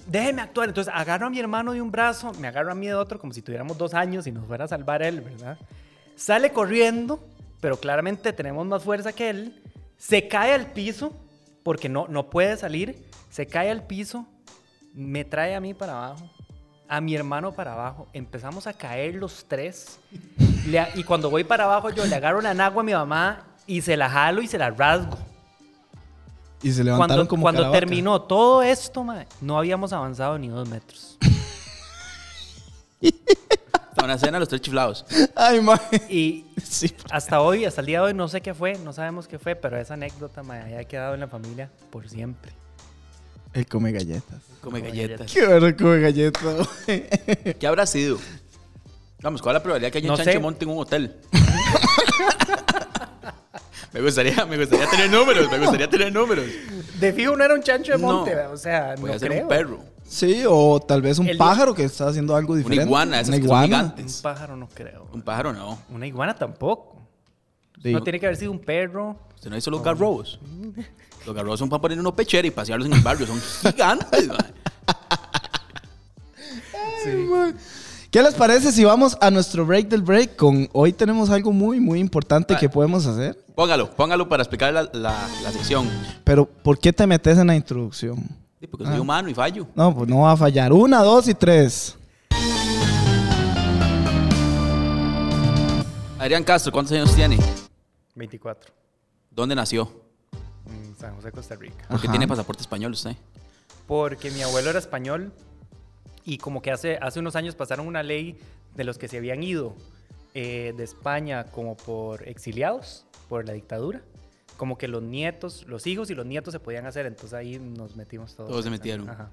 S3: déjeme actuar. Entonces, agarro a mi hermano de un brazo, me agarro a mí de otro, como si tuviéramos dos años y nos fuera a salvar él, ¿verdad? Sale corriendo, pero claramente tenemos más fuerza que él. Se cae al piso, porque no, no puede salir. Se cae al piso, me trae a mí para abajo, a mi hermano para abajo. Empezamos a caer los tres. Le a- y cuando voy para abajo, yo le agarro una nagua a mi mamá y se la jalo y se la rasgo
S1: Y se levantaron
S3: cuando,
S1: como
S3: cuando
S1: caravaca.
S3: terminó todo esto, mae, no habíamos avanzado ni dos metros.
S2: Para una cena, los tres chiflados.
S1: Ay, mae.
S3: Y
S1: Sí,
S3: hasta hoy, hasta el día de hoy, no sé qué fue, no sabemos qué fue, pero esa anécdota me ha quedado en la familia por siempre.
S1: Él come galletas.
S2: Come galletas.
S1: Qué bueno come galletas. güey.
S2: ¿Qué habrá sido? Vamos, ¿cuál es la probabilidad que haya
S3: No
S2: un chancho
S3: sé.
S2: monte en un hotel? me, gustaría, me gustaría tener números, me gustaría tener números.
S3: De fijo no era un chancho de
S2: No.
S3: monte, o sea,
S2: Voy
S3: no
S2: a ser
S3: creo.
S2: un perro.
S1: Sí, o tal vez un
S3: El-
S1: pájaro que está haciendo algo diferente.
S2: iguana, esas
S1: Una
S2: que son
S1: iguana.
S2: gigantes.
S3: Un pájaro no creo.
S2: Un pájaro no.
S3: Una iguana tampoco.
S1: Sí.
S3: No tiene que haber sido un perro.
S2: Usted no hizo los garrobos. Los garrobos son para poner en unos pecheros y pasearlos en el barrio. Son gigantes, man.
S1: ¿Qué les parece si vamos a nuestro break del break? Con hoy tenemos algo muy, muy importante que podemos hacer.
S2: Póngalo, póngalo para explicar la, la, la sección.
S1: Pero, ¿por qué te metes en la introducción?
S2: Sí, Porque soy humano y fallo.
S1: No, pues no va a fallar. Una, dos y tres.
S2: Adrián Castro, ¿cuántos años tiene?
S3: 24.
S2: ¿Dónde nació?
S3: En San José, Costa Rica.
S2: ¿Por qué
S1: Ajá.
S2: tiene pasaporte español usted?
S3: Porque mi abuelo era español y como que hace, hace unos años pasaron una ley de los que se habían ido eh, de España como por exiliados, por la dictadura. Como que los nietos, los hijos y los nietos se podían hacer, entonces ahí nos metimos todos.
S2: Todos se
S3: en esa-
S2: metieron.
S3: Ajá.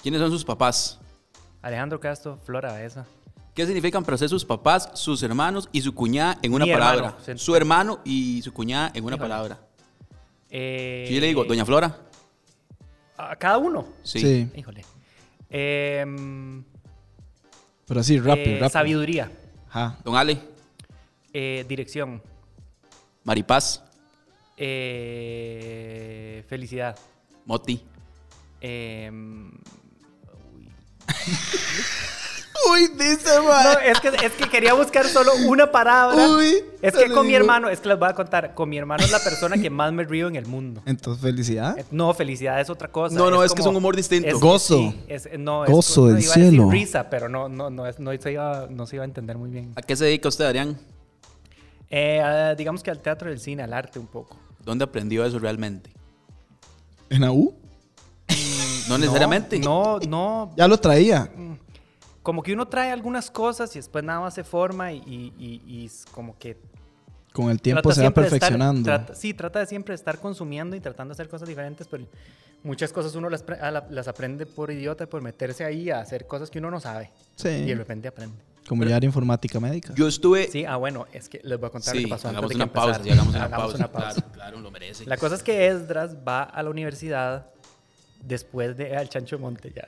S2: ¿Quiénes son sus papás?
S3: Alejandro Castro, Flora Baeza,
S2: ¿Qué significan para usted sus papás, sus hermanos y su cuñada en una
S3: Mi
S2: palabra?
S3: hermano, sí.
S2: Su hermano y su cuñada en una
S3: Híjole.
S2: palabra.
S3: Eh,
S2: Si yo le digo, Doña Flora.
S3: ¿A cada uno?
S2: Sí.
S1: Sí.
S3: Híjole. Em,
S1: Pero así, rápido,
S3: eh,
S1: rápido.
S3: Sabiduría.
S1: Ajá.
S2: Don Ale.
S3: eh, dirección.
S2: Maripaz.
S3: eh, felicidad.
S2: Moti.
S3: em,
S1: Uy, dice,
S3: no,
S1: mae.
S3: es que, es que quería buscar solo una palabra.
S1: Uy,
S3: es
S1: se
S3: que
S1: lo
S3: con mi
S1: digo.
S3: hermano, es que les voy a contar, con mi hermano es la persona que más me río en el mundo.
S1: Entonces, felicidad.
S3: Eh, No, felicidad es otra cosa.
S2: No, no, es que es
S3: como-
S2: un humor distinto.
S3: es-
S1: Gozo.
S3: sí, es- no, es-
S1: Gozo
S3: no,
S1: del
S3: iba a decir
S1: cielo.
S3: risa, pero no, no, no, es- no se iba, no se iba a entender muy bien.
S2: ¿A qué se dedica usted, Adrián?
S3: Eh, ah, digamos que al teatro del cine, al arte un poco.
S2: ¿Dónde aprendió eso realmente?
S1: ¿En la U?
S2: No necesariamente.
S3: No, no. mm,
S1: Ya lo traía.
S3: Como que uno trae algunas cosas y después nada más se forma y, y- y es como que...
S1: Con el tiempo
S3: trata
S1: se va
S3: siempre de estar-
S1: perfeccionando.
S3: trata- sí, trata de siempre estar consumiendo y tratando de hacer cosas diferentes, pero muchas cosas uno las, pre- a la- las aprende por idiota, por meterse ahí a hacer cosas que uno no sabe. Y
S1: sí. Eh,
S3: de repente aprende.
S1: Como ya era informática médica.
S2: Yo estuve.
S3: Sí, ah, bueno, es que les voy a contar
S2: Sí,
S3: lo que pasó antes
S2: hagamos
S3: de que
S2: una pausa.
S3: empezara.
S2: sí, hagamos una
S3: Hagamos
S2: pausa.
S3: una pausa.
S2: Claro, claro, lo merece.
S3: La cosa es que Esdras va a la universidad después de al Chancho Monte. Ya.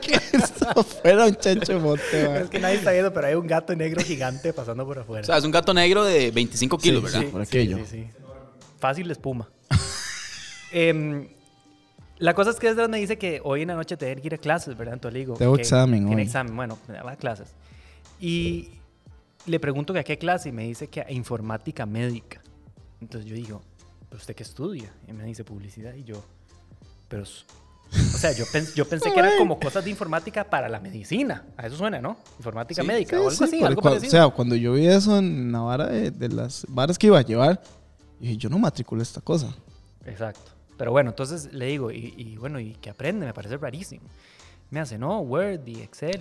S1: que esto fuera un chancho mote, mae.
S3: Es que nadie está viendo, pero hay un gato negro gigante pasando por afuera.
S2: O sea, es un gato negro de 25 kilos, ¿verdad?
S1: por aquello.
S3: sí. Fácil espuma. Em, la cosa es que Esdras me dice que hoy en la noche te que ir a clases, ¿verdad? Entonces le digo.
S1: Tengo
S3: ok,
S1: examen
S3: Tiene
S1: hoy.
S3: examen, bueno, va a clases. Y le pregunto que a qué clase y me dice que a informática médica. Entonces yo digo, ¿pero usted qué estudia? Y me dice publicidad y yo, pero... s- O sea, yo, pens- yo pensé que eran como cosas de informática para la medicina. A eso suena, ¿no? Informática
S2: Sí,
S1: Sí,
S3: médica o algo
S1: sí,
S3: así,
S1: por-
S3: algo
S1: cua-
S3: parecido.
S1: O sea, cuando yo vi eso en la vara de, de las varas que iba a llevar, dije, yo no matriculé esta cosa.
S3: Exacto. Pero bueno, entonces le digo, y, y bueno, ¿y qué aprende? Me parece rarísimo. Me hace, no, Word y Excel.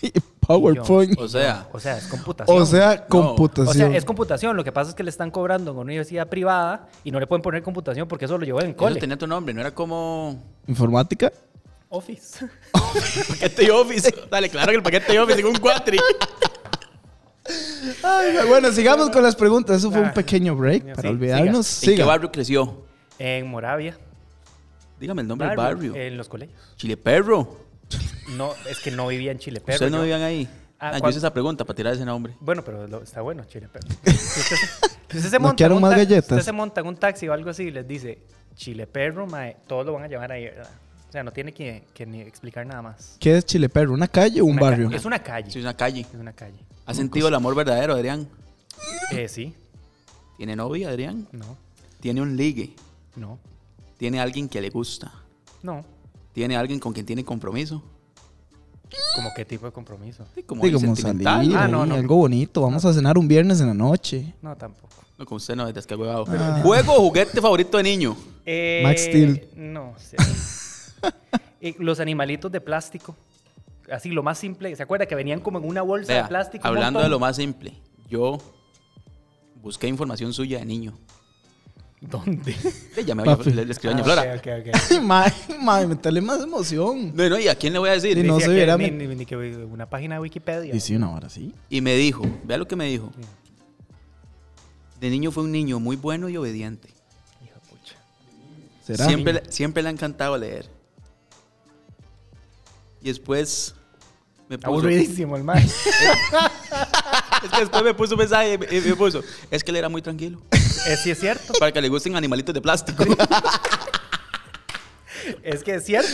S3: y-
S1: PowerPoint.
S2: O sea,
S3: o sea, es computación.
S1: O sea,
S3: pues, O
S1: computación.
S3: sea, es computación. Lo que pasa es que le están cobrando en una universidad privada y no le pueden poner computación porque eso lo llevó en
S2: eso
S3: cole.
S2: tenía tu nombre, no era como.
S1: Informática.
S3: Office.
S2: Paquete de Office. Dale, claro que el paquete de Office en un cuatri.
S1: Ay, bueno, sigamos con las preguntas. Eso fue
S3: Ah,
S1: un pequeño break
S3: sí,
S1: para
S3: siga.
S1: olvidarnos.
S2: ¿En qué
S1: Siga.
S2: barrio creció?
S3: en Moravia.
S2: Dígame el nombre del barrio.
S3: En los colegios.
S2: Chile Perro.
S3: No, es que no vivía en Chile, pero.
S2: Ustedes no vivían ahí. Ah, yo
S3: Ah, cuando-
S2: hice esa pregunta para tirar ese nombre.
S3: Bueno, pero lo- está bueno, Chile Perro. Si usted, se- si usted se
S1: ¿No
S3: monta en
S1: quieren
S3: un
S1: más
S3: ta-
S1: galletas?
S3: usted se monta en un taxi o algo así y les dice Chile Perro, mae, todos lo van a llevar ahí, ¿verdad? O sea, no tiene que, que ni explicar nada más.
S1: ¿Qué es Chile Perro? ¿Una calle o un
S3: Una ca-
S1: barrio?
S3: Es una calle.
S2: Sí, es una calle.
S3: Es una calle.
S2: ¿Has sentido el amor verdadero, Adrián?
S3: Eh, sí,
S2: ¿Tiene novia, Adrián?
S3: no,
S2: ¿Tiene un ligue?
S3: no,
S2: ¿Tiene alguien que le gusta?
S3: no.
S2: ¿Tiene alguien con quien tiene compromiso?
S3: ¿Como qué tipo de compromiso?
S2: Sí, como
S1: Sí,
S2: alguien
S1: como salir,
S2: sentimental.
S3: Ah,
S1: ahí,
S3: no, no.
S1: algo bonito. Vamos a cenar un viernes en la noche.
S3: No, tampoco.
S2: No, con usted no, es que huevado.
S1: Ah.
S2: ¿Juego o juguete favorito de niño?
S3: Eh,
S1: Max Steel.
S3: No, sí. Eh, Los animalitos de plástico. Así, lo más simple. ¿Se acuerda que venían como en una bolsa
S2: Vea,
S3: de plástico? un
S2: hablando
S3: montón?
S2: de lo más simple, yo busqué información suya de niño.
S3: ¿Dónde?
S2: Le llamé a doña-
S1: Papi.
S2: le, le escribí a doña
S3: Ah,
S2: Flora.
S3: ok, ok, ok.
S1: Mae, mae, meterle más emoción.
S2: No, no, ¿y a quién le voy a decir?
S1: Sí, no.
S3: Decía
S1: se
S3: que
S1: viera
S3: ni-
S1: men-
S3: ni- ni que una página de Wikipedia.
S1: Y sí, una hora sí.
S2: Y me dijo, vea lo que me dijo.
S3: Sí.
S2: De niño fue un niño muy bueno y obediente.
S3: Hijo de pucha.
S1: ¿Será?
S2: Siempre, siempre le ha encantado leer. Y después me puso.
S3: Aburridísimo el man.
S2: Es que después me puso un mensaje y me, y me puso. Es que él era muy tranquilo.
S3: Eh, sí, es cierto.
S2: Para que le gusten animalitos de plástico.
S3: Es que es cierto.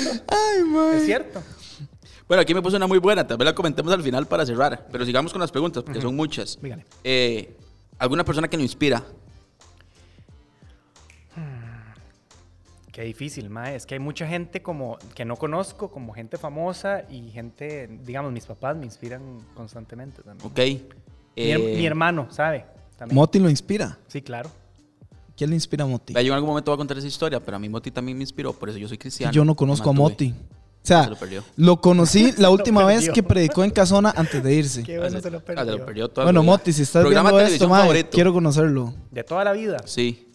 S3: Es cierto.
S2: Bueno, aquí me puso una muy buena. Tal vez la comentemos al final para cerrar. Pero sigamos con las preguntas, porque son muchas.
S3: Dígale.
S2: Eh, ¿Alguna persona que lo inspira?
S3: Qué difícil, mae. Es que hay mucha gente como que no conozco, como gente famosa y gente, digamos, mis papás me inspiran constantemente también.
S2: Ok. Eh,
S3: Mi, her- mi hermano, ¿sabe? También.
S1: Moti lo inspira.
S3: sí, claro.
S1: ¿Quién le inspira a Moti?
S2: vea, Yo en algún momento voy a contar esa historia, pero a mí Moti también me inspiró, por eso yo soy cristiano.
S1: Yo no conozco a
S2: Mantuve.
S1: Moti. O sea,
S2: Se lo perdió.
S1: lo conocí la última vez
S3: perdió.
S1: que predicó en Casona antes de irse.
S3: Qué bueno, se lo
S2: Ah, se lo
S3: perdió.
S2: perdió toda
S1: Bueno,
S2: su vida.
S1: Moti, si estás
S2: Programa de
S1: viendo esto,
S2: televisión
S1: mae,
S2: favorito.
S1: quiero conocerlo.
S3: De toda la vida.
S2: Sí.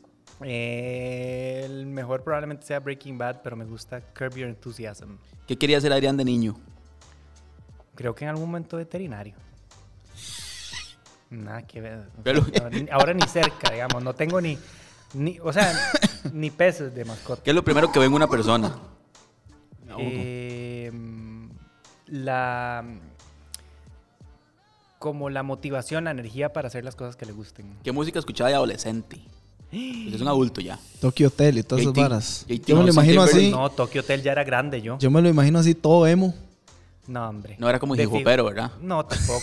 S3: Eh, el mejor probablemente sea Breaking Bad, pero me gusta Curb Your Enthusiasm.
S2: ¿Qué quería hacer Adrián de niño?
S3: Creo que en algún momento veterinario. Nada que ver. O sea,
S2: Pero-
S3: ahora, ni- ahora ni cerca, digamos. No tengo ni. ni o sea, ni peces de mascota.
S2: ¿Qué es lo primero que ve en una persona?
S3: Eh, la. Como la motivación, la energía para hacer las cosas que le gusten.
S2: ¿Qué música escuchaba de adolescente? Porque es un adulto ya.
S1: Tokyo Hotel y todas esas
S2: 18,
S1: varas.
S2: 18,
S1: Yo me lo
S2: Justin
S1: imagino así.
S2: Timberlake.
S3: No, Tokyo Hotel ya era grande yo.
S1: Yo me lo imagino así todo emo.
S3: No, hombre.
S2: No era como
S3: De
S2: hijopero,
S3: fijo-
S2: ¿verdad?
S3: No, tampoco.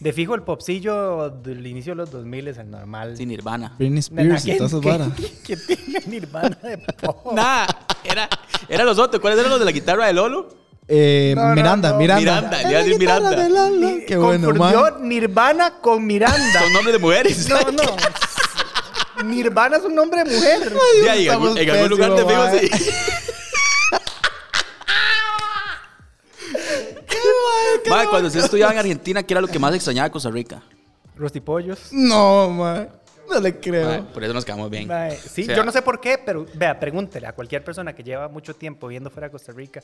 S3: De fijo, el popsillo del inicio de los 2000 es el normal.
S2: Sin Nirvana.
S1: Britney Spears y
S3: ¿quién-
S1: todas esas
S3: qué-
S1: varas.
S3: qué tiene Nirvana de pop?
S2: Nada. Era, era los otros. ¿Cuáles eran los de la guitarra de Lolo?
S1: Eh,
S3: No, no,
S1: Miranda,
S3: no.
S1: Miranda.
S2: Miranda, le iba a decir
S1: La guitarra
S2: Miranda.
S1: de Lalo. Qué bueno, man.
S3: Confundió Nirvana con Miranda.
S2: Son nombres de mujeres.
S3: No, no. Nirvana es un nombre de mujer.
S2: Ya, en algún, en algún lugar te
S1: Estamos
S2: fijo, sí. Mae, cuando usted estudiaba en Argentina, ¿qué era lo que más extrañaba de Costa Rica?
S3: Rostipollos.
S2: Mm.
S1: No, man. No le creo.
S2: Mae, por eso nos quedamos bien.
S3: Mae, Sí,
S2: O sea,
S3: yo no sé por qué, pero vea, pregúntele a cualquier persona que lleva mucho tiempo viendo fuera de Costa Rica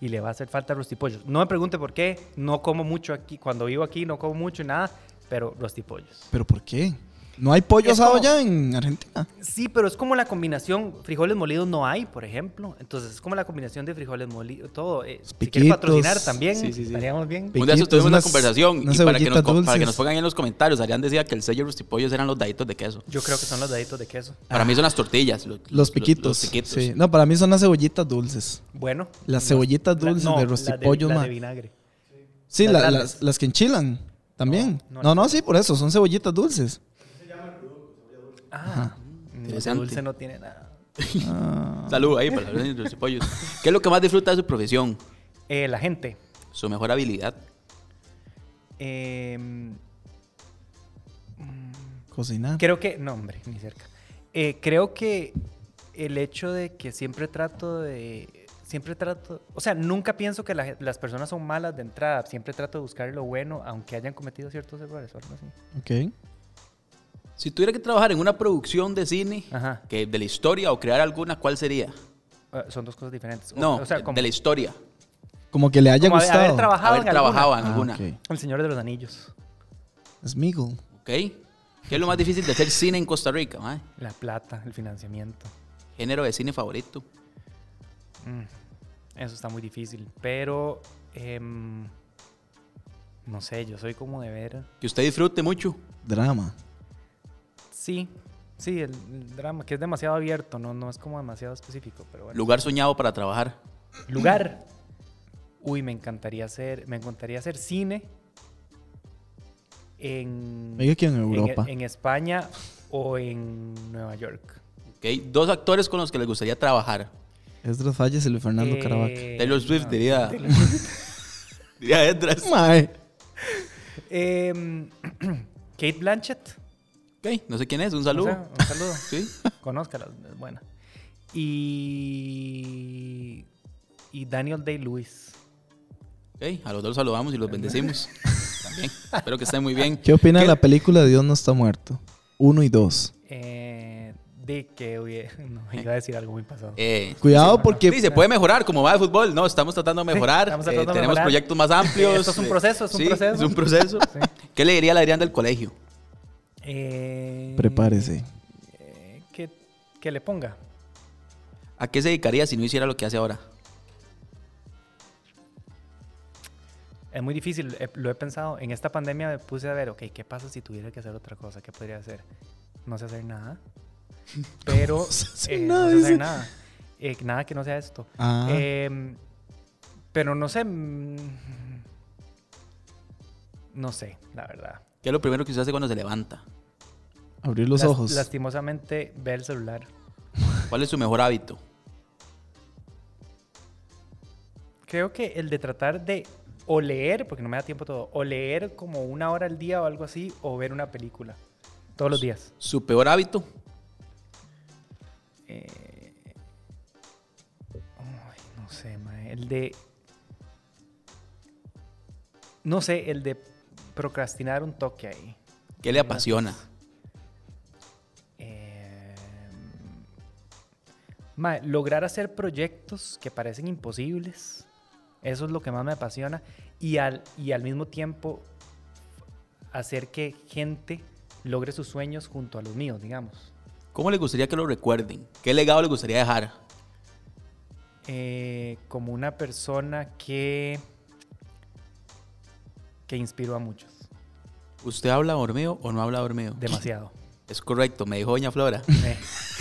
S3: y le va a hacer falta rostipollos. No me pregunte por qué, no como mucho aquí, cuando vivo aquí no como mucho y nada, pero rostipollos.
S1: ¿Pero por qué? ¿No hay pollo
S3: Es
S1: asado
S3: como-
S1: ya en Argentina?
S3: Sí, pero es como la combinación, frijoles molidos no hay, por ejemplo, entonces es como la combinación de frijoles molidos, todo. eh, si quiere
S1: Piquitos.
S3: patrocinar también,
S2: Sí, sí, sí.
S3: estaríamos bien.
S1: Pi-
S2: Un día
S1: Piquitos,
S2: tuvimos una
S1: unas-
S2: conversación
S1: unas
S2: y para que, nos,
S1: cebollitas
S2: co- para que
S1: dulces.
S2: nos pongan ahí en los comentarios, Arián decía que el sello de los tipollos eran los daditos de queso.
S3: Yo creo que son los deditos de queso.
S2: Para mí son las tortillas. Los,
S1: Ah. Los piquitos.
S2: Los, piquitos.
S1: Sí. No, para mí son las cebollitas dulces.
S3: Bueno.
S1: Las
S3: no-
S1: cebollitas
S3: la-
S1: dulces
S3: no,
S1: de
S3: la
S1: rostipollos,
S3: la
S1: ma.
S3: de vinagre.
S1: Sí,
S3: Las
S1: la-
S3: grandes.
S1: las, las que enchilan también. No
S3: No, no,
S1: no,
S3: las-
S1: sí, por eso. Son cebollitas dulces.
S3: Ah, no, de
S2: Interesante.
S3: dulce no tiene nada.
S2: Salud ahí para los tipollos. ¿Qué es lo que más disfruta de su profesión?
S3: Eh, la gente.
S2: Su mejor habilidad.
S3: Em,
S1: Cocinar.
S3: creo que, no hombre, ni cerca. Eh, creo que el hecho de que siempre trato de, siempre trato, o sea, nunca pienso que la gen- las personas son malas de entrada, siempre trato de buscar lo bueno, aunque hayan cometido ciertos errores o algo así.
S1: Ok.
S2: Si tuviera que trabajar en una producción de cine
S3: Ajá.
S2: que de la historia o crear alguna, ¿cuál sería?
S3: Eh, son dos cosas diferentes. O-
S2: No, eh,
S3: o sea, como,
S2: de la historia.
S1: Como que le haya
S3: como haber-
S1: gustado.
S3: haber trabajado
S2: Haber
S3: en alguna.
S2: trabajado en
S1: Ah,
S2: alguna.
S1: ok.
S3: El Señor de los Anillos,
S1: Smiggle.
S2: ¿Ok? ¿Qué es lo más difícil de hacer cine en Costa Rica? mae?
S3: la plata, el financiamiento.
S2: Género de cine favorito.
S3: Mm, Eso está muy difícil, pero em, no sé, yo soy como de ver.
S2: Que usted disfrute mucho.
S1: Drama.
S3: Sí, sí, el, el drama, que es demasiado abierto, no, no es como demasiado específico, pero bueno.
S2: Lugar soñado para trabajar.
S3: Lugar. Uy, me encantaría hacer, me encantaría hacer cine en,
S1: Diga que en Europa.
S3: en España o en Nueva York.
S2: ¿Ok? Dos actores con los que le gustaría trabajar.
S1: Esdras Falles y Luis Fernando
S3: Eh,
S1: Caravaca.
S2: Taylor Swift
S3: no.
S2: diría. diría Edras.
S1: Mae.
S3: Em, Kate Blanchett.
S2: Ok, no sé quién es. Un
S3: o
S2: saludo.
S3: sea, un saludo.
S2: ¿Sí?
S3: Conózcala, es buena. Y. Y Daniel Day-Lewis.
S2: Ok, a los dos los saludamos y los bendecimos. También. Espero que estén muy bien.
S1: ¿Qué opina
S2: ¿Qué-
S1: de la película Dios no está muerto? Uno y dos.
S3: Eh, de que hubie- No, iba a decir algo muy pasado.
S2: Eh,
S1: Cuidado porque.
S2: Sí, se puede mejorar, como va de fútbol, ¿no? Estamos tratando de mejorar,
S3: estamos
S2: eh,
S3: tratando de
S2: tenemos
S3: mejorar.
S2: proyectos más amplios.
S3: Sí, esto es un
S2: eh,
S3: proceso, es un
S2: sí,
S3: proceso.
S2: Es un proceso.
S3: Sí.
S2: ¿Qué le diría a la Adrián del colegio?
S3: Eh,
S1: Prepárese.
S3: eh, que, que le ponga.
S2: ¿A qué se dedicaría si no hiciera lo que hace ahora?
S3: Es muy difícil, eh, lo he pensado. En esta pandemia me puse a ver, ok, ¿qué pasa si tuviera que hacer otra cosa? ¿Qué podría hacer? No sé hacer nada. Pero.
S1: sé hacer
S3: eh,
S1: nada,
S3: no sé hacer
S1: dice.
S3: nada. Eh, nada que no sea esto.
S1: Ah.
S3: Em, pero no sé. mm, No sé, la verdad.
S2: ¿Qué es lo primero que usted hace cuando se levanta?
S1: Abrir los
S3: Las-
S1: ojos.
S3: Lastimosamente, ve el celular.
S2: ¿Cuál es su mejor hábito?
S3: Creo que el de tratar de o leer, porque no me da tiempo todo, o leer como una hora al día o algo así, o ver una película. Todos los días.
S2: ¿Su peor hábito?
S3: Eh, ay, no sé, mae, El de. No sé, el de procrastinar un toque ahí.
S2: ¿Qué le apasiona?
S3: Eh, mae, lograr hacer proyectos que parecen imposibles. Eso es lo que más me apasiona. y al, y al mismo tiempo hacer que gente logre sus sueños junto a los míos, digamos.
S2: ¿Cómo le gustaría que lo recuerden? ¿Qué legado le gustaría dejar?
S3: Eh, como una persona que, que inspiró a muchos,
S2: ¿Usted habla dormido o no habla dormido?
S3: demasiado.
S2: Es correcto, me dijo Doña Flora.
S3: Eh.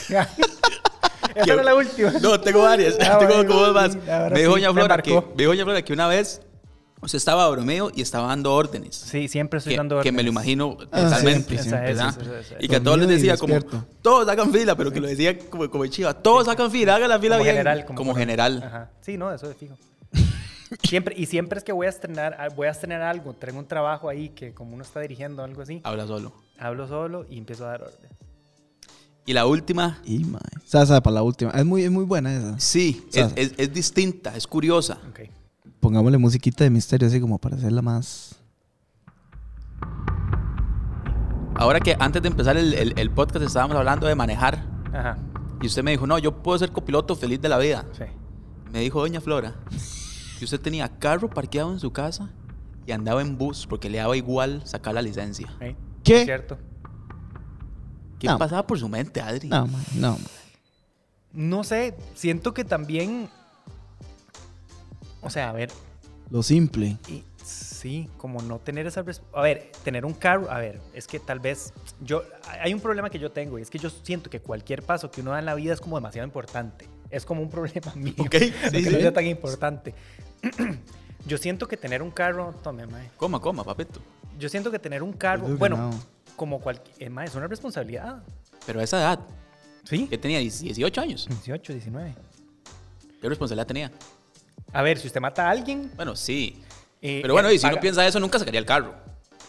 S3: Esa era la última.
S2: No, tengo varias.
S3: Ah,
S2: tengo
S3: bueno,
S2: como dos más.
S3: ahora
S2: Me dijo,
S3: sí,
S2: Doña
S3: me
S2: Flora que,
S3: marcó.
S2: me dijo Doña Flora que una vez usted estaba dormido y estaba dando órdenes.
S3: Sí, siempre estoy
S2: que,
S3: dando
S2: que me lo
S3: órdenes.
S2: imagino
S1: Ah,
S2: totalmente.
S1: siempre,
S2: ¿verdad?
S1: siempre.
S3: Esa, esa, esa, esa.
S2: Y que a todos les
S1: Dormido y
S2: decía como,
S1: despierto.
S2: todos hagan fila, pero que lo decía como, como chiva, todos hagan fila, hagan la fila
S3: como
S2: bien.
S3: general.
S2: como, general.
S3: Ajá. Sí, no, eso de fijo. Siempre, y siempre es que voy a estrenar, ah, voy a estrenar algo, tengo un trabajo ahí que como uno está dirigiendo algo así,
S2: Habla solo.
S3: hablo solo y empiezo a dar órdenes.
S2: Y la última,
S1: Y, mae. Sasa, para la última. Es muy, es muy buena esa.
S2: sí, es,
S1: Sas.
S2: es- es distinta, es curiosa.
S3: Ok.
S1: Pongámosle musiquita de misterio así como para hacerla más...
S2: Ahora que antes de empezar el, el- el podcast estábamos hablando de manejar
S3: Ajá,
S2: y usted me dijo, no, yo puedo ser copiloto feliz de la vida.
S3: sí.
S2: Me dijo Doña Flora que usted tenía carro parqueado en su casa y andaba en bus porque le daba igual sacar la licencia.
S3: Ey,
S1: ¿Qué?
S3: es Cierto.
S2: ¿Qué
S1: No.
S2: pasaba por su mente, Adri?
S1: No, mae, no. mae.
S3: No sé, siento que también, o sea, a ver,
S1: Lo simple.
S3: Y sí, como no tener esa... res- A ver, tener un carro, a ver, es que tal vez yo... Hay un problema que yo tengo y es que yo siento que cualquier paso que uno da en la vida es como demasiado importante. Es como un problema mío.
S2: Ok,
S3: no
S2: sí,
S3: que
S2: sí.
S3: no sea tan importante. yo siento que tener un carro... Tome, mae.
S2: Coma, coma, papito.
S3: Yo siento que tener un carro...
S1: Yo creo que
S3: Bueno,
S1: no.
S3: como cualquier... Mae, es una responsabilidad.
S2: Pero a esa edad,
S3: ¿Sí?
S2: que tenía 18 años,
S3: 18, 19.
S2: ¿qué responsabilidad tenía?
S3: A ver, si usted mata a alguien...
S2: Bueno, sí.
S3: eh,
S2: Pero bueno,
S3: eh,
S2: y si no
S3: paga-
S2: piensa eso, nunca sacaría el carro.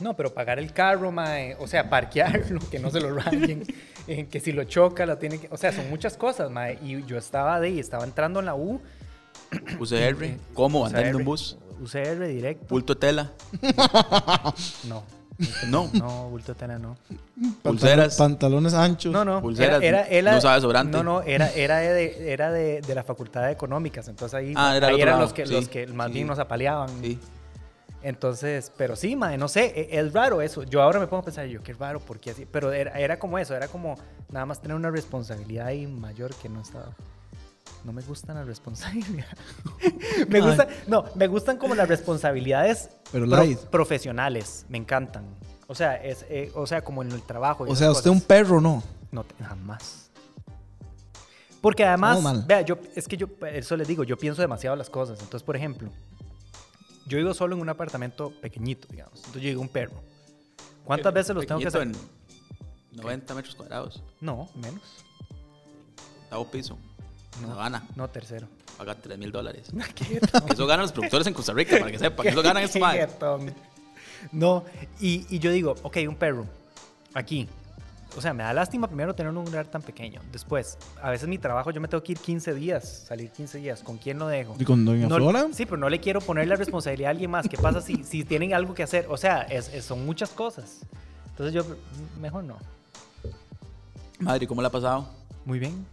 S3: No, pero pagar el carro, mae, o sea, parquearlo, que no se lo rayen, eh, que si lo choca, lo tiene que... O sea, son muchas cosas, mae. Y yo estaba de ahí, estaba entrando en la U.
S2: UCR, ¿cómo? Andar en
S3: UCR,
S2: un bus,
S3: UCR directo.
S2: bulto de tela,
S3: no.
S2: No.
S3: No, bulto tela no.
S2: Pulseras.
S1: Pantalones anchos.
S3: No, no.
S2: Pulseras, no usaba desodorante.
S3: No, no, era, era, de, era de, de la facultad de económicas. Entonces ahí,
S2: Ah, era el
S3: ahí
S2: otro
S3: eran
S2: lado,
S3: los que,
S2: sí,
S3: los que más
S2: sí.
S3: bien nos apaleaban.
S2: sí.
S3: Entonces, pero sí, mae, no sé, e- es raro eso. Yo ahora me pongo a pensar, yo qué raro, ¿por qué así? Pero era, era como eso, era como nada más tener una responsabilidad ahí mayor que no estaba. No me gustan las responsabilidades. me gustan, no, me gustan como las responsabilidades
S1: Pero
S3: pro-
S1: light.
S3: profesionales, me encantan. O sea, es, eh, o sea, como en el trabajo. y
S1: O
S3: esas
S1: sea, usted un
S3: cosas.
S1: perro, ¿no?
S3: No, te- jamás. Porque además,
S1: Todo mal.
S3: vea, yo, es que yo, eso les digo, yo pienso demasiado las cosas. Entonces, por ejemplo, yo vivo solo en un apartamento pequeñito, digamos. Entonces, yo digo un perro. ¿Cuántas veces los tengo que hacer?
S2: Pequeñito en 90 metros cuadrados,
S3: No, menos.
S2: octavo piso,
S3: No.
S2: Habana,
S3: No, tercero.
S2: paga 3 mil dólares. Que
S3: ¿Qué
S2: eso ganan los productores en Costa Rica, para que sepan. Que eso ganan estos madres.
S3: Reggaetón. No, y, y yo digo, ok, un perro, aquí. O sea, me da lástima primero tener un lugar tan pequeño. Después, a veces mi trabajo yo me tengo que ir 15 días, salir 15 días. ¿Con quién lo dejo?
S1: ¿Y con Doña
S3: No-
S1: Flora?
S3: Sí, pero no le quiero poner la responsabilidad a alguien más. ¿Qué pasa si, si tienen algo que hacer? O sea, es- es- son muchas cosas. Entonces yo, mejor no.
S2: Madre, ¿cómo la ha pasado?
S3: Muy bien.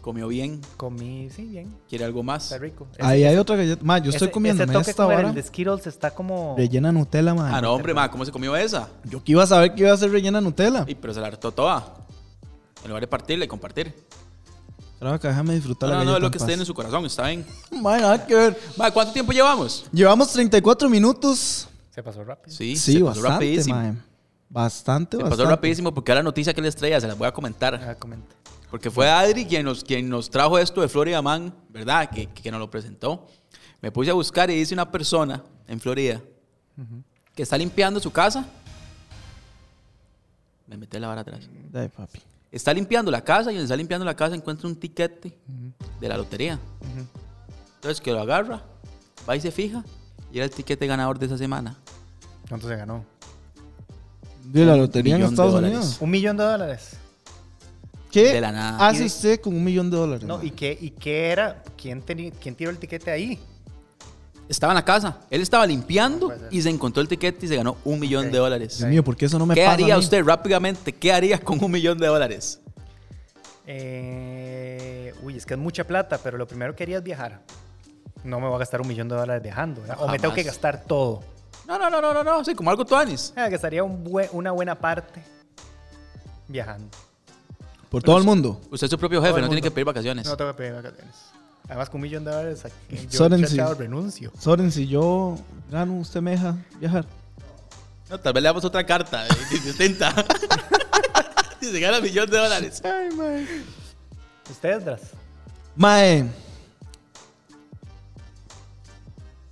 S2: ¿Comió bien?
S3: Comí, sí, bien.
S2: ¿Quiere algo más?
S3: Está rico.
S1: Ahí hay otra galleta. Ma, yo estoy
S3: Ese-
S1: comiendo
S3: ese toque
S1: esta
S3: con
S1: vara.
S3: El de Skittles está como...
S1: Rellena Nutella, ma.
S2: Ah, no, hombre, ma, ¿cómo se comió esa?
S1: Yo que iba a saber que iba a ser rellena Nutella.
S2: Y pero se la hartó toda. En lugar de partirla y compartir.
S1: Trabaja, déjame disfrutar
S2: No,
S1: la
S2: no, no, es
S1: galleta
S2: lo
S1: en
S2: que
S1: paz.
S2: esté en su corazón, está bien.
S1: Ma, nada que ver.
S2: Ma, ¿cuánto tiempo llevamos?
S1: Llevamos 34 minutos.
S3: Se pasó rápido.
S2: Sí,
S1: Sí,
S2: se pasó
S1: bastante,
S2: rapidísimo.
S1: ma. Bastante,
S2: Se
S1: bastante.
S2: pasó rapidísimo porque ahora la noticia que les traía, se las voy a comentar.
S3: Ah, comenta.
S2: Porque fue Adri quien nos, quien nos trajo esto de Florida Man, ¿verdad? Que, que nos lo presentó. Me puse a buscar y dice una persona en Florida que está limpiando su casa. Me metí la vara atrás.
S1: Ay, papi.
S2: Está limpiando la casa y donde está limpiando la casa encuentra un tiquete de la lotería. Entonces que lo agarra, va y se fija y era el tiquete ganador de esa semana.
S3: ¿Cuánto se ganó?
S1: De la lotería en
S2: millón de
S1: Estados
S2: dólares.
S1: Unidos.
S3: Un millón de dólares.
S1: ¿Qué
S2: De la nada.
S1: hace
S3: Y-
S1: usted con un millón de dólares?
S3: No,
S1: ma?
S3: ¿y qué, y qué era? ¿Quién, tenía, ¿Quién tiró el tiquete ahí?
S2: Estaba en la casa, él estaba limpiando
S3: puede ser.
S2: y se encontró el tiquete y se ganó un millón
S3: Ok.
S2: de dólares.
S1: Dios mío, ¿por qué eso no me
S2: ¿Qué
S1: pasa a
S2: haría
S1: mí?
S2: usted rápidamente? ¿Qué haría con un millón de dólares?
S3: Eh, uy, es que es mucha plata, pero lo primero que haría es viajar. no me voy a gastar un millón de dólares viajando. ¿verdad? o me tengo que
S2: Jamás.
S3: gastar todo.
S2: No, no, no, no, no, no. Sí, como algo tuanis.
S3: Ah, gastaría un bue- una buena parte viajando.
S1: Por todo el mundo.
S2: Usted es su propio
S3: Todo
S2: jefe,
S3: el
S2: no tiene que
S3: mundo.
S2: pedir vacaciones.
S3: No tengo que pedir vacaciones. Además, con un millón de dólares, aquí yo
S1: Soren, sí.
S3: chachado renuncio.
S1: Soren, si yo gano, usted me deja viajar.
S2: No, tal vez le damos otra carta eh, y se intenta. Y se gana un millón de dólares.
S1: Ay, mae.
S3: ¿Ustedes, Dras?
S1: Mae.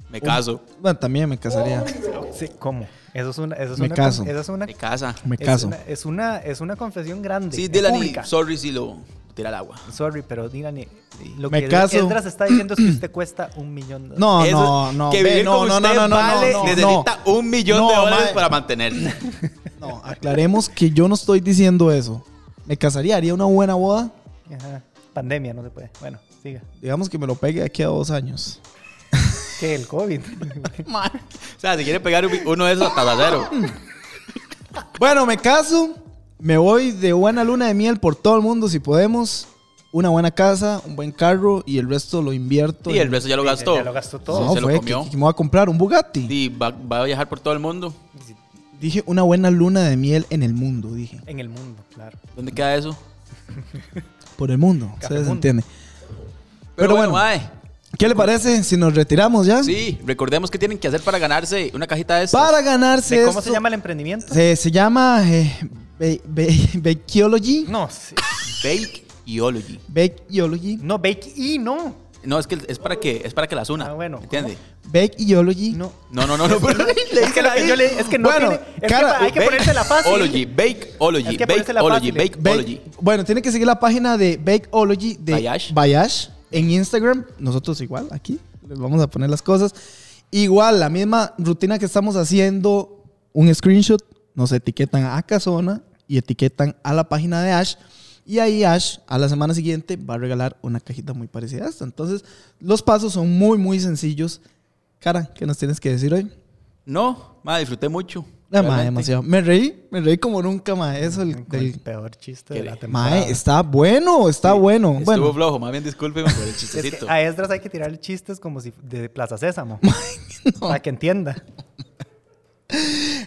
S2: Me caso.
S1: Bueno, también me casaría.
S3: Sí, ¿cómo? Eso es una... Eso es
S1: Me
S3: una,
S1: caso.
S3: Eso es una...
S2: Me casa.
S1: Me
S3: es
S1: caso.
S3: una- es, una, es una confesión grande.
S2: Sí,
S3: es
S2: Dylan,
S3: pública.
S2: sorry si lo tira al agua.
S3: Sorry, pero Dylan, lo
S1: Me
S3: que
S1: caso.
S3: Esdras está diciendo es que usted cuesta un millón de dólares.
S1: No,
S2: Eso-
S1: no, no.
S2: Que
S1: ve,
S2: vivir
S1: no,
S2: con
S1: no,
S2: usted
S1: no, no, no,
S2: vale,
S1: no, no,
S2: necesita
S1: no.
S2: un millón
S1: No,
S2: de dólares
S1: mae.
S2: para mantener.
S1: No, aclaremos que yo no estoy diciendo eso. Me casaría, haría una buena boda.
S3: Ajá. Pandemia, no se puede. Bueno, siga.
S1: Digamos que me lo pegue de aquí a dos años.
S3: ¿Qué? El COVID.
S2: Mae. O sea, si quiere pegar un- uno de esos hasta cero.
S1: Bueno, me caso. Me voy de buena luna de miel por todo el mundo si podemos. Una buena casa, un buen carro y el resto lo invierto.
S2: Y el
S1: en-
S2: resto ya lo
S3: Ya-
S2: gastó.
S3: Ya lo gastó todo.
S1: No,
S2: se lo
S1: fue que-
S2: comió.
S1: que me voy a comprar un Bugatti.
S2: Y va, va a viajar por todo el mundo.
S1: Dije una buena luna de miel en el mundo, dije.
S3: En el mundo, claro.
S2: ¿Dónde queda eso?
S1: Por el mundo,
S3: Café
S1: ustedes
S3: mundo.
S1: entienden. Pero bueno,
S2: mae,
S1: ¿qué le parece si nos retiramos ya?
S2: sí, recordemos que tienen que hacer para ganarse una cajita de estas.
S1: Para ganarse
S3: ¿De ¿Cómo se
S1: esto-
S3: llama el emprendimiento?
S1: Se, se llama eh, Be- Be- Bakeology.
S3: No, sí.
S2: Bakeology.
S1: Bakeology.
S3: no, Bake E, no.
S2: No, es que es para que es para que las una.
S3: Ah, bueno.
S2: ¿Entiende?
S1: Bakeology.
S3: No.
S2: No, no, no, no. pero le
S3: Es que,
S2: dicen
S3: lo que
S2: ahí.
S3: yo le- es que no
S1: Bueno,
S3: tiene, es
S1: cara,
S3: que pa- hay que
S2: Bake-
S3: ponerse la fácil.
S2: Ology, Bakeology,
S3: Hay que ponérsela
S2: Bakeology,
S3: fácil.
S1: Bake-
S2: Bakeology.
S1: bueno, tiene que seguir la página de Bakeology de
S2: Bayash.
S1: Bayash en Instagram. Nosotros igual aquí les vamos a poner las cosas. Igual, la misma rutina que estamos haciendo, un screenshot, nos etiquetan a Casona y etiquetan a la página de Ash. Y ahí Ash a la semana siguiente va a regalar una cajita muy parecida a esta. Entonces, los pasos son muy, muy sencillos. Cara, ¿qué nos tienes que decir hoy?
S2: No, mae, disfruté mucho.
S1: Ah, mae,
S2: realmente.
S1: demasiado. Me reí, me reí como nunca, mae. Eso el,
S3: Con
S1: del-
S3: el peor chiste
S2: Que
S3: de
S2: le-
S3: la temporada.
S1: Mae, está bueno, está bueno.
S2: Estuvo
S1: bueno,
S2: flojo, más bien discúlpeme por el
S3: Es que
S2: chistecito.
S3: a Esdras hay que tirarle chistes como si de Plaza Sésamo. Para que entienda.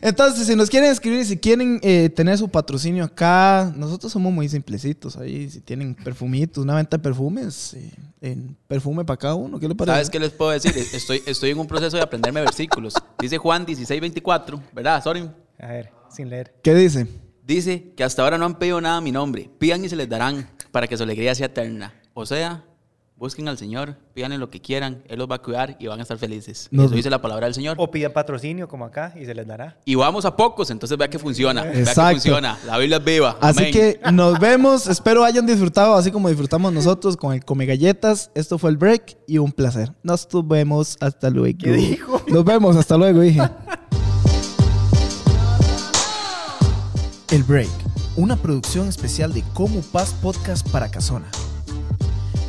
S1: entonces, si nos quieren escribir, si quieren eh, tener su patrocinio acá, nosotros somos muy simplecitos ahí. Si tienen perfumitos, una venta de perfumes, eh, en perfume para cada uno, ¿qué le parece?
S2: ¿Sabes qué les puedo decir? Estoy, estoy en un proceso de aprenderme versículos. Dice Juan 16:24, ¿verdad? Sorry.
S3: A ver, sin leer.
S1: ¿Qué dice?
S2: Dice que hasta ahora no han pedido nada a mi nombre. Pidan y se les darán para que su alegría sea eterna. O sea, busquen al Señor, pídanle lo que quieran, Él los va a cuidar y van a estar felices.
S1: Nos-
S2: Eso dice la palabra del Señor.
S3: O pidan patrocinio como acá y se les dará.
S2: Y vamos a pocos, entonces vea que funciona. Vea
S1: Exacto.
S2: que funciona. La Biblia es viva.
S1: Así
S2: Amén.
S1: que nos vemos. Espero hayan disfrutado así como disfrutamos nosotros con el Come Galletas. Esto fue el break y un placer. Nos vemos. Hasta luego.
S3: ¿Qué dijo?
S1: Nos vemos. Hasta luego, dije. El break. Una producción especial de Como Paz Podcast para Casona.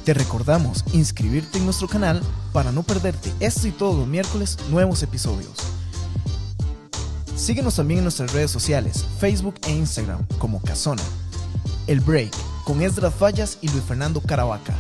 S1: Te recordamos inscribirte en nuestro canal para no perderte este y todos los miércoles nuevos episodios. Síguenos también en nuestras redes sociales, Facebook e Instagram como Casona. El Break con Esdras Fallas y Luis Fernando Caravaca.